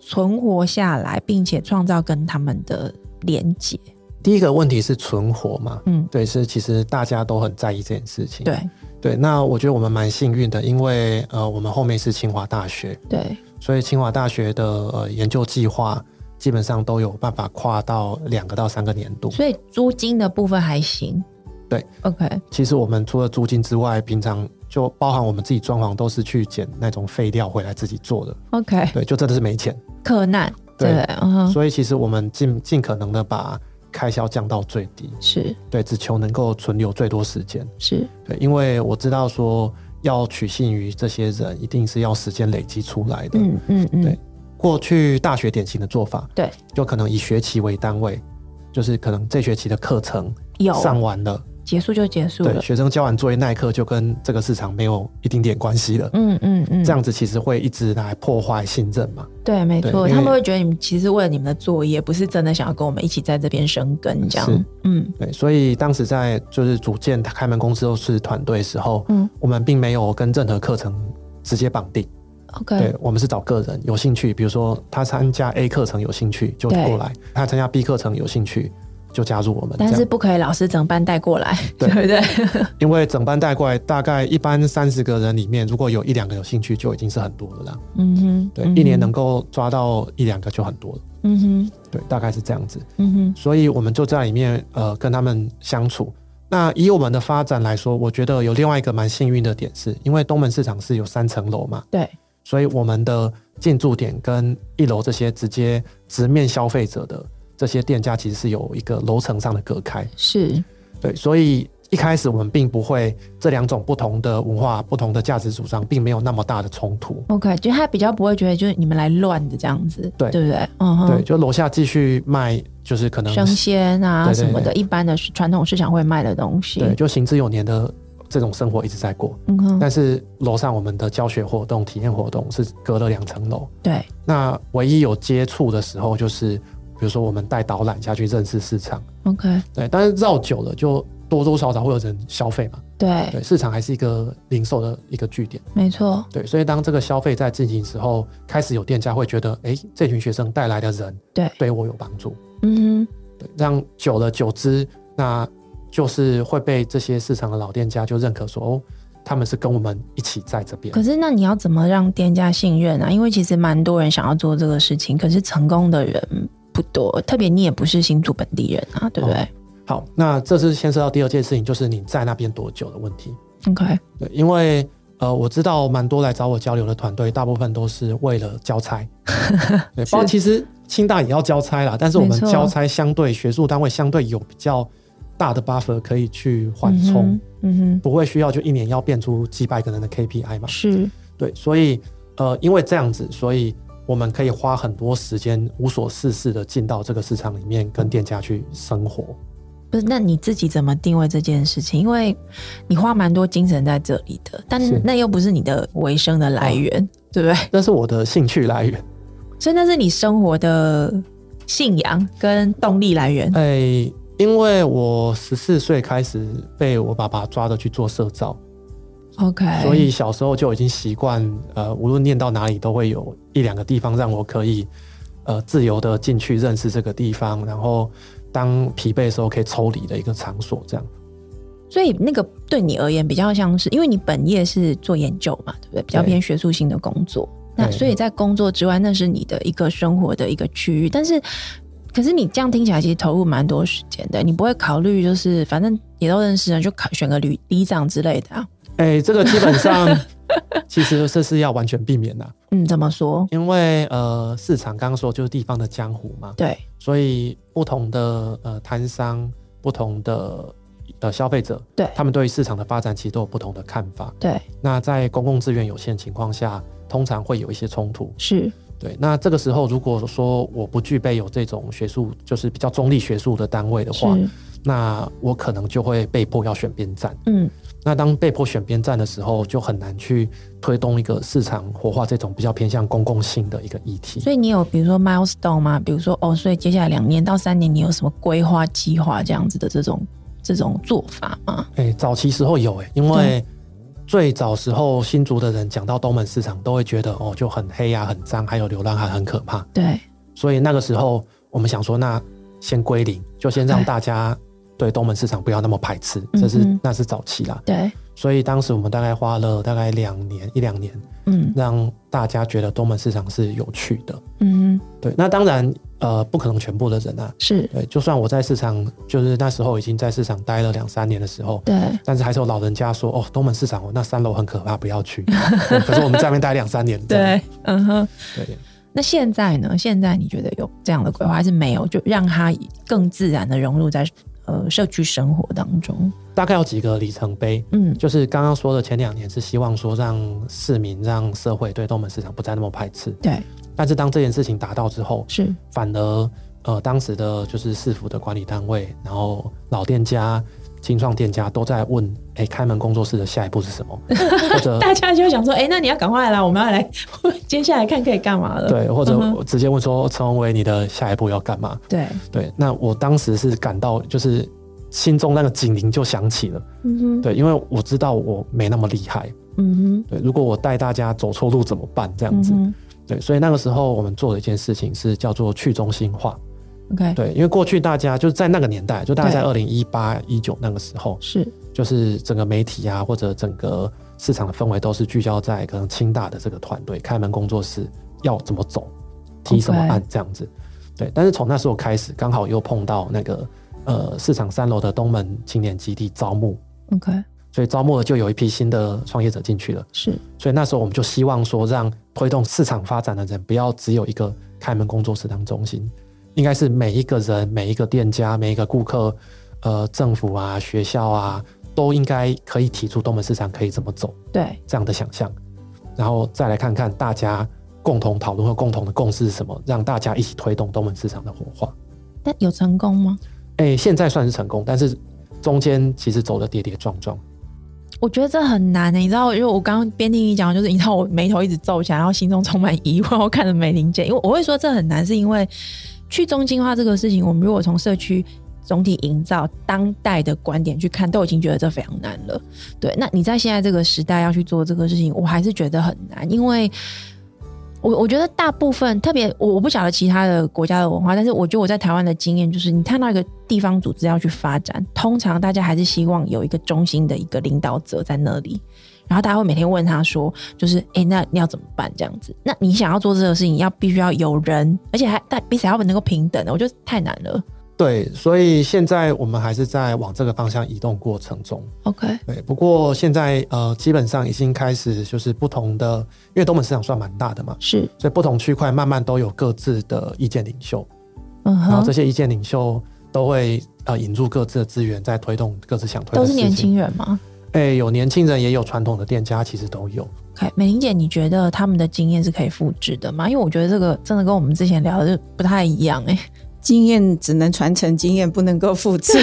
S3: 存活下来，并且创造跟他们的连接？
S1: 第一个问题是存活嘛，
S3: 嗯，
S1: 对，是其实大家都很在意这件事情。
S3: 对
S1: 对，那我觉得我们蛮幸运的，因为呃，我们后面是清华大学，
S3: 对，
S1: 所以清华大学的呃研究计划基本上都有办法跨到两个到三个年度。
S3: 所以租金的部分还行，
S1: 对
S3: ，OK，
S1: 其实我们除了租金之外，平常就包含我们自己装潢都是去捡那种废料回来自己做的。
S3: OK，
S1: 对，就真的是没钱。
S3: 克难，对，嗯，
S1: 所以其实我们尽尽可能的把开销降到最低，
S3: 是
S1: 对，只求能够存留最多时间。
S3: 是，
S1: 对，因为我知道说要取信于这些人，一定是要时间累积出来的。
S3: 嗯嗯嗯，
S1: 对，过去大学典型的做法，
S3: 对，
S1: 就可能以学期为单位，就是可能这学期的课程
S3: 有
S1: 上完了，
S3: 结束就结束
S1: 对，
S3: 了，
S1: 学生交完作业那一刻就跟这个市场没有一丁点关系了。
S3: 嗯嗯嗯，
S1: 这样子其实会一直拿来破坏信任嘛？
S3: 对，没
S1: 对
S3: 错，
S1: 因为
S3: 他们会觉得你们其实为了你们的作业，不是真的想要跟我们一起在这边生根这
S1: 是
S3: 样。嗯，
S1: 对，所以当时在就是组建开门公司都是团队的时候，
S3: 嗯，
S1: 我们并没有跟任何课程直接绑定，对
S3: OK，
S1: 我们是找个人有兴趣，比如说他参加 A 课程有兴趣就
S3: 对
S1: 过来，他参加 B 课程有兴趣就加入我们，这
S3: 但
S1: 样
S3: 是不可以老师整班带过来，
S1: 对
S3: 对不对？
S1: [LAUGHS] 因为整班带过来大概一般三十个人里面，如果有一两个有兴趣就已经是很多了啦，
S3: 嗯哼，
S1: 对，
S3: 嗯
S1: 一
S3: 哼
S1: 年能，够抓到一两个就很多了，
S3: 嗯哼，
S1: 对，大概是这样子。
S3: 嗯哼，
S1: 所以我们就在里面呃跟他们相处。那以我们的发展来说，我觉得有另外一个蛮幸运的点是，因为东门市场是有三层楼嘛，
S3: 对，
S1: 所以我们的进驻点跟一楼这些直接直面消费者的这些店家，其实是有一个楼层上的隔开。
S3: 是，
S1: 对，所以一开始我们并不会这两种不同的文化、不同的价值主张，并没有那么大的冲突。
S3: OK，就他比较不会觉得就是你们来乱的这样子，
S1: 对
S3: 对不对？嗯
S1: 对，
S3: 哼，
S1: 就楼下继续卖，就是可能
S3: 生鲜啊
S1: 对对
S3: 什么的，
S1: 对
S3: 一般的传统市场会卖的东西，
S1: 对，就行之有年的这种生活一直在过。
S3: 嗯哼，
S1: 但是楼上我们的教学活动、体验活动是隔了两层楼。
S3: 对，
S1: 那唯一有接触的时候，就是比如说我们带导览下去认识市场，
S3: ，OK，
S1: 对。但是绕久了，就多多少少会有人消费嘛，
S3: 对，
S1: 对。市场还是一个零售的一个据点，
S3: 没错，
S1: 对。所以当这个消费在进行时候，开始有店家会觉得，诶，这群学生带来的人
S3: 对，
S1: 对我有帮助，
S3: 嗯哼，
S1: 对。这样久了久之，那就是会被这些市场的老店家就认可说，哦，他们是跟我们一起在这边。
S3: 可是那你要怎么让店家信任啊？因为其实蛮多人想要做这个事情，可是成功的人不多，特别你也不是新竹本地人啊，对不对、
S1: 好，那这是牵涉到第二件事情，就是你在那边多久的问题。
S3: o k
S1: 对，因为呃，我知道蛮多来找我交流的团队，大部分都是为了交差。
S3: [LAUGHS]
S1: 对，包括其实清大也要交差啦，但是我
S3: 没
S1: 们
S3: 错
S1: 交差相对学术单位相对有比较大的 buffer 可以去缓冲，
S3: 嗯哼，嗯
S1: 不会需要就一年要变出几百个人的 KPI 嘛
S3: 哼，。是，
S1: 对，所以呃，因为这样子，所以我们可以花很多时间无所事事的进到这个市场里面，跟店家去生活。
S3: 不是？那你自己怎么定位这件事情？因为你花蛮多精神在这里的，但
S1: 是嗯
S3: 那又不是你的维生的来源，对不对？
S1: 那是我的兴趣来源。
S3: 所以那是你生活的信仰跟动力来源。
S1: 哎、因为我十四岁开始被我爸爸抓着去做社造，
S3: OK，
S1: 呃所以小时候就已经习惯，呃，无论念到哪里都会有一两个地方让我可以，呃，自由的进去认识这个地方，然后当疲惫的时候可以抽离的一个场所，这样。
S3: 所以那个对你而言比较像是，因为你本业是做研究嘛，对不对？比较
S1: 对
S3: 偏学术性的工作。那
S1: 对
S3: 所以在工作之外，那是你的一个生活的一个区域。但是，可是你这样听起来，其实投入蛮多时间的。你不会考虑就是反正也都认识了，就考选个旅里长之类的啊？
S1: 哎、这个基本上其实这是要完全避免的、
S3: 嗯，怎么说？
S1: 因为呃，市场刚刚说就是地方的江湖嘛，
S3: 对，
S1: 所以不同的呃摊商、不同的呃消费者，
S3: 对
S1: 他们对于市场的发展其实都有不同的看法。
S3: 对，
S1: 那在公共资源有限的情况下，通常会有一些冲突。
S3: 是，
S1: 对，那这个时候如果说我不具备有这种学术，就是比较中立学术的单位的
S3: 是，
S1: 话，那我可能就会被迫要选边站。
S3: 嗯，
S1: 那当被迫选边站的时候，就很难去推动一个市场活化这种比较偏向公共性的一个议题。
S3: 所以你有比如说 milestone 吗？比如说哦，所以接下来两年到三年，你有什么规划、计划这样子的这种这种做法吗？
S1: 哎、早期时候有哎、因为
S3: 对
S1: 最早时候新竹的人讲到东门市场，都会觉得哦就很黑啊、很脏，还有流浪汉很可怕。
S3: 对，
S1: 所以那个时候我们想说，那先归零，就先让
S3: 哎
S1: 大家对东门市场不要那么排斥，
S3: 嗯
S1: 这是、
S3: 嗯
S1: 那是早期啦。
S3: 对，
S1: 所以当时我们大概花了大概两年一两年，
S3: 嗯
S1: 让大家觉得东门市场是有趣的。
S3: 嗯哼。嗯，
S1: 对，那当然呃不可能全部的人啊，
S3: 是
S1: 对，就算我在市场，就是那时候已经在市场待了两三年的时候，
S3: 对，
S1: 但是还是有老人家说哦，东门市场哦，那三楼很可怕，不要
S3: [LAUGHS]
S1: 去。对可是我们在那边待两三年，这样
S3: 对，嗯哼。
S1: 对。
S3: 那现在呢？现在你觉得有这样的规划，还是没有？就让它更自然的融入在呃社区生活当中。
S1: 大概有几个里程碑，
S3: 嗯，
S1: 就是刚刚说的前两年是希望说让市民、让社会对东门市场不再那么排斥，
S3: 对，
S1: 但是当这件事情达到之后，
S3: 是
S1: 反而呃当时的就是市府的管理单位，然后老店家、新创店家都在问，哎、开门工作室的下一步是什么？
S3: 呃
S1: 或者
S3: 大家就会想说，哎、那你要赶快来，我们要来， [LAUGHS] 接下来看可以干嘛了？
S1: 对，或者
S3: 嗯哼
S1: 我直接问说陈宏伟，你的下一步要干嘛？
S3: 对，
S1: 对，那我当时是感到就是心中那个警铃就响起了，
S3: 嗯哼，
S1: 对，因为我知道我没那么厉害，
S3: 嗯哼，
S1: 对，如果我带大家走错路怎么办？这样
S3: 嗯
S1: 子，
S3: 哼
S1: 对，所以那个时候我们做了一件事情是叫做去中心化，
S3: ，OK，
S1: 对，因为过去大家就是在那个年代，就大概在
S3: 对
S1: 二零一八一九那个时候，
S3: 是
S1: 就是整个媒体啊或者整个市场的氛围都是聚焦在可能清大的这个团队开门工作室要怎么走，提什么
S3: OK
S1: 案这样子，对，但是从那时候开始，刚好又碰到那个呃市场三楼的东门青年基地招募，
S3: OK，
S1: 所以招募了就有一批新的创业者进去了。
S3: 是
S1: 所以那时候我们就希望说，让推动市场发展的人不要只有一个开门工作室当中心，应该是每一个人、每一个店家、每一个顾客，呃，政府啊、学校啊，都应该可以提出东门市场可以怎么走
S3: 对，
S1: 这样的想象，然后再来看看大家共同讨论和共同的共识是什么，让大家一起推动东门市场的活化。
S3: 但有成功吗？
S1: 哎，现在算是成功，但是中间其实走的跌跌撞撞。
S3: 我觉得这很难欸的、你知道，因为我刚刚边听你讲，就是你知道我眉头一直皱起来，然后心中充满疑问，我看着美玲姐，因为我会说这很难，是因为去中心化这个事情，我们如果从社区。总体营造当代的观点去看，都已经觉得这非常难了。对，那你在现在这个时代要去做这个事情，我还是觉得很难，因为我我觉得大部分特别，我我不晓得其他的国家的文化，但是我觉得我在台湾的经验就是，你看到一个地方组织要去发展，通常大家还是希望有一个中心的一个领导者在那里，然后大家会每天问他说，就是诶，那你要怎么办这样子？那你想要做这个事情，要必须要有人，而且还但彼此还要能够平等的，我觉得太难了。
S1: 对，所以现在我们还是在往这个方向移动过程中。
S3: OK，
S1: 对，不过现在呃，基本上已经开始就是不同的，因为东门市场算蛮大的嘛，
S3: 是，
S1: 所以不同区块慢慢都有各自的意见领袖，
S3: 嗯
S1: 然后
S3: 哼
S1: 这，些意见领袖都会呃引入各自的资源，在推动各自想推
S3: 都
S1: 的
S3: 是
S1: 事情。
S3: 年轻人吗
S1: 哎、有年轻人，也有传统的店家，其实都有。
S3: ？OK，美玲姐，你觉得他们的经验是可以复制的吗？因为我觉得这个真的跟我们之前聊的就不太一样哎、
S4: 经验只能传承经验，不能够
S3: [LAUGHS]
S4: 复制。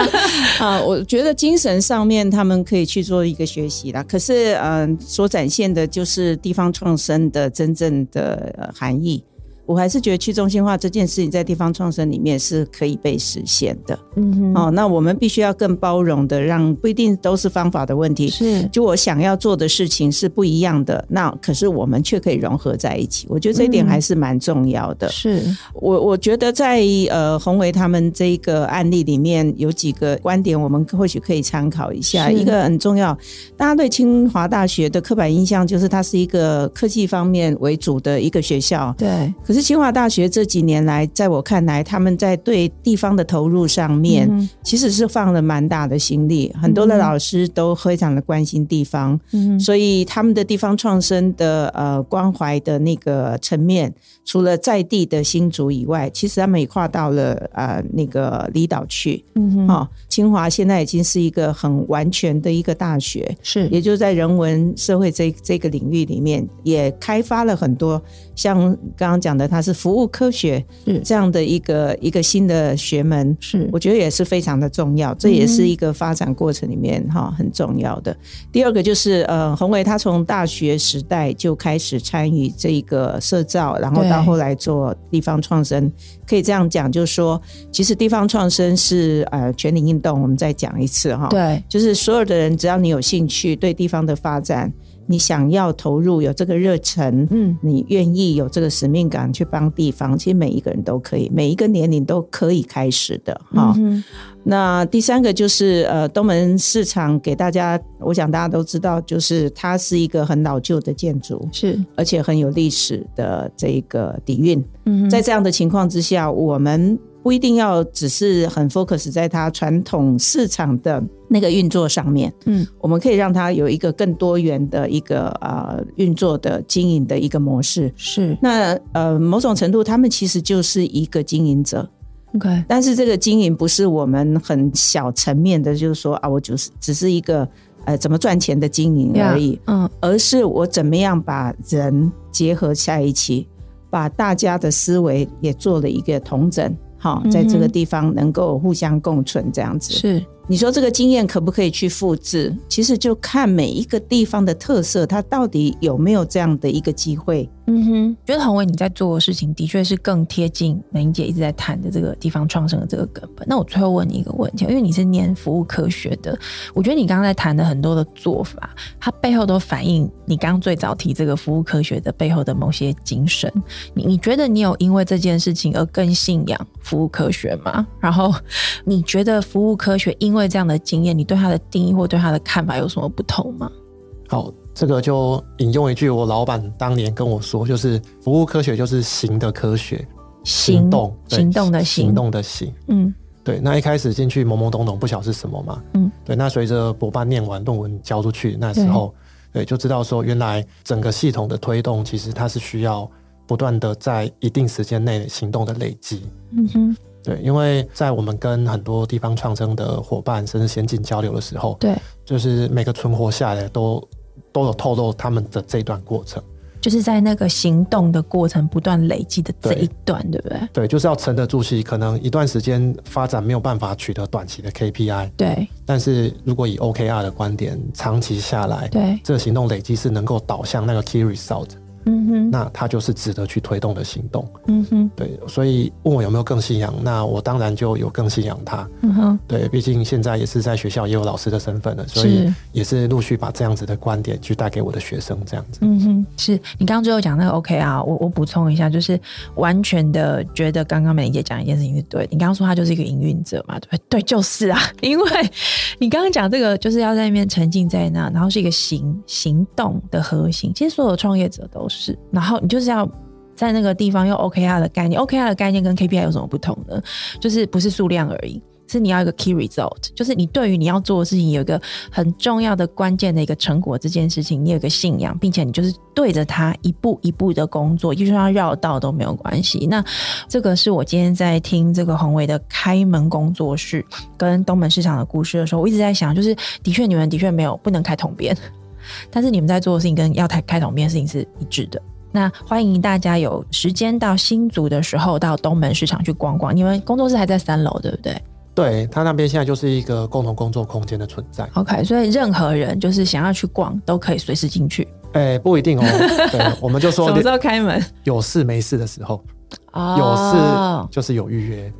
S4: [LAUGHS] 啊，我觉得精神上面他们可以去做一个学习啦。可是，嗯、所展现的就是地方创生的真正的、呃含义。我还是觉得去中心化这件事情在地方创生里面是可以被实现的。
S3: 嗯哼，
S4: 哦，那我们必须要更包容的，让不一定都是方法的问题，
S3: 是
S4: 就我想要做的事情是不一样的，那可是我们却可以融合在一起。我觉得这一
S3: 嗯
S4: 点还是蛮重要的。
S3: 是，
S4: 我我觉得在呃宏维他们这一个案例里面，有几个观点我们或许可以参考一下。
S3: 是
S4: 一个很重要，大家对清华大学的刻板印象就是它是一个科技方面为主的一个学校。
S3: 对，
S4: 可是清华大学这几年来，在我看来，他们在对地方的投入上面，
S3: 嗯
S4: 其实是放了蛮大的心力，很多的
S3: 嗯
S4: 老师都非常的关心地方，
S3: 嗯哼
S4: 所以他们的地方创生的呃关怀的那个层面，除了在地的新竹以外，其实他们也跨到了呃那个离岛去。
S3: 嗯哼，
S4: 哦，清华现在已经是一个很完全的一个大学，
S3: 是
S4: 也就在人文社会这这个领域里面，也开发了很多像刚刚讲的，它是服务科学
S3: 是
S4: 这样的一个一个新的学门。
S3: 是
S4: 我觉得也是非常的重要，这也是一个发展过程里面哈、很重要的。第二个就是呃，宏伟他从大学时代就开始参与这个社造，然后
S3: 对
S4: 到后来做地方创生，可以这样讲，就是说其实地方创生是呃全民运动，我们再讲一次哈、
S3: 对
S4: 就是所有的人，只要你有兴趣，对地方的发展，你想要投入，有这个热忱，
S3: 嗯，
S4: 你愿意有这个使命感去帮地方，其实每一个人都可以，每一个年龄都可以开始的哈。
S3: 嗯
S4: 那第三个就是呃，东门市场给大家，我想大家都知道，就是它是一个很老旧的建筑，
S3: 是，
S4: 而且很有历史的这个底蕴。
S3: 嗯哼
S4: 在这样的情况之下，我们不一定要只是很 focus 在它传统市场的那个运作上面，
S3: 嗯，
S4: 我们可以让它有一个更多元的一个呃运作的经营的一个模式。
S3: 是
S4: 那呃，某种程度，他们其实就是一个经营者，
S3: OK，
S4: 但是这个经营不是我们很小层面的，就是说啊，我就是只是一个呃怎么赚钱的经营而已
S3: Yeah，嗯
S4: 而是我怎么样把人结合在一起，把大家的思维也做了一个统整。好，在这个地方能够互相共存，这样子。
S3: 是
S4: 你说这个经验可不可以去复制？其实就看每一个地方的特色，它到底有没有这样的一个机会。
S3: 嗯哼，觉得宏伟你在做的事情的确是更贴近美英姐一直在谈的这个地方创生的这个根本。那我最后问你一个问题，因为你是念服务科学的，我觉得你刚刚在谈的很多的做法，它背后都反映你刚刚最早提这个服务科学的背后的某些精神。你你觉得你有因为这件事情而更信仰服务科学吗？然后你觉得服务科学因为这样的经验，你对它的定义或对它的看法有什么不同吗？
S1: 好，这个就引用一句我老板当年跟我说，就是服务科学就是行的科学，行动对
S3: 行动的
S1: 行动的行。
S3: 嗯
S1: 对，那一开始进去懵懵懂懂，不晓得是什么嘛。
S3: 嗯，
S1: 对。那随着博班念完论文交出去，那时候对就知道说，原来整个系统的推动，其实它是需要不断的在一定时间内行动的累积。
S3: 嗯哼，
S1: 对，因为在我们跟很多地方创生的伙伴甚至先进交流的时候，
S3: 对。
S1: 就是每个存活下来都都有透露他们的这段过程。
S3: 就是在那个行动的过程不断累积的这一段，对不对？
S1: 对，就是要沉得住气，可能一段时间发展没有办法取得短期的 KPI，
S3: 对
S1: 但是如果以 OKR 的观点，长期下来，
S3: 对，
S1: 这个行动累积是能够导向那个 key result，
S3: 嗯哼，
S1: 那它就是值得去推动的行动。
S3: 嗯哼，
S1: 对，所以问我有没有更信仰，那我当然就有更信仰它。
S3: 嗯哼，
S1: 对，毕竟现在也是在学校也有老师的身份了，所以
S3: 是，
S1: 也是陆续把这样子的观点去带给我的学生，这样子。
S3: 嗯哼，是你刚刚最后讲那个 OK 啊，我我补充一下，就是完全的觉得刚刚美玲姐讲一件事情是对的，你刚刚说她就是一个营运者嘛，对不 [LAUGHS] 对？对，就是啊，因为你刚刚讲这个就是要在那边沉浸在那，然后是一个行行动的核心，其实所有创业者都是，然后你就是要。在那个地方用 OKR 的概念，OKR 的概念跟 KPI 有什么不同呢？就是不是数量而已，是你要一个 key result，就是你对于你要做的事情有一个很重要的关键的一个成果这件事情，你有一个信仰，并且你就是对着它一步一步的工作，就算要绕道都没有关系。那这个是我今天在听这个宏伟的开门工作室跟东门市场的故事的时候，我一直在想，就是的确你们的确没有不能开同边，但是你们在做的事情跟要开开同边的事情是一致的。那欢迎大家有时间到新竹的时候，到东门市场去逛逛。你们工作室还在三楼，对不对？
S1: 对他那边现在就是一个共同工作空间的存在。 [LAUGHS]
S3: OK，所以任何人就是想要去逛都可以随时进去。
S1: 哎、不一定哦。对，我们就说
S3: 什么时候开门？
S1: 有事没事的时候，有
S3: 哦
S1: 事就是有预约，没哎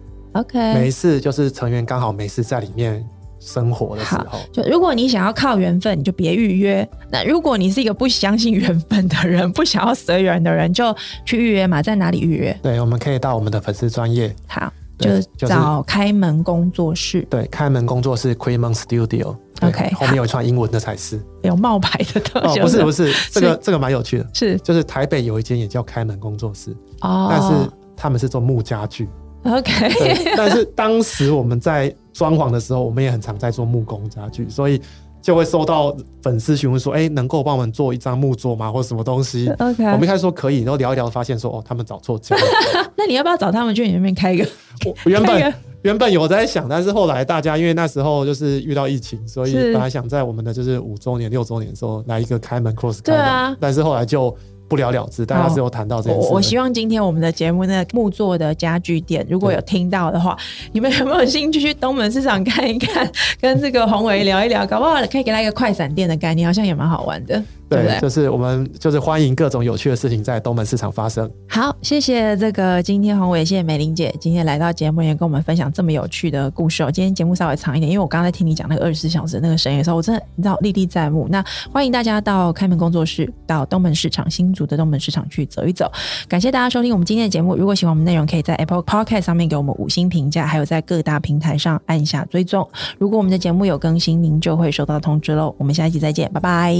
S3: ，OK。
S1: 事就是成员刚好没事在里面生活的时候。
S3: 就如果你想要靠缘分，你就别预约。那如果你是一个不相信缘分的人，不想要随缘的人，就去预约嘛，在哪里预约？
S1: 对，我们可以到我们的粉丝专业，
S3: 好，就
S1: 对就是
S3: 找开门工作室，
S1: 对，开门工作室 c r e m o n Studio 对。
S3: OK，
S1: 后面有一串英文的才 [LAUGHS] 是
S3: 有冒牌的特
S1: 哦，
S3: 效、
S1: 不是不是，这个这个蛮有趣的，
S3: 是
S1: 就是台北有一间也叫开门工作室，
S3: 哦，
S1: 但是他们是做木家具，
S3: OK，
S1: 对， [LAUGHS] 但是当时我们在装潢的时候，我们也很常在做木工家具，所以就会收到粉丝询问说：“哎、能够帮我们做一张木桌吗？或者什么东西
S3: [LAUGHS]
S1: 呃
S3: OK
S1: 我们一开始说可以，然后聊一聊，发现说：“哦，他们找错家了。
S3: 那你要不要找他们去你那边开一个？
S1: 我”原
S3: 开
S1: 本
S3: 源
S1: 原本有在想，但是后来大家因为那时候就是遇到疫情，所以
S3: 是
S1: 本来想在我们的就是五周年、六周年的时候来一个开门 cross 开
S3: 对
S1: 门，
S3: 啊
S1: 但是后来就不了了之。大家只有谈到这
S3: 我
S1: 件事、
S3: 我希望今天我们的节目那个木做的家具店，如果有听到的话，你们有没有兴趣去东门市场看一看，跟这个宏伟聊一聊？搞不好可以给他一个快闪店的概念，好像也蛮好玩的。对不对？
S1: 就是我们就是欢迎各种有趣的事情在东门市场发生。
S3: 好，谢谢这个今天黄伟，谢谢美玲姐今天来到节目也跟我们分享这么有趣的故事哦。今天节目稍微长一点，因为我刚才听你讲那个二十四小时那个声音的时候，我真的你知道历历在目。那欢迎大家到开门工作室，到东门市场新竹的东门市场去走一走。感谢大家收听我们今天的节目。如果喜欢我们内容，可以在 Apple Podcast 上面给我们五星评价，还有在各大平台上按下追踪。如果我们的节目有更新，您就会收到通知喽。我们下一集再见，拜拜。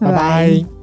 S1: 拜拜。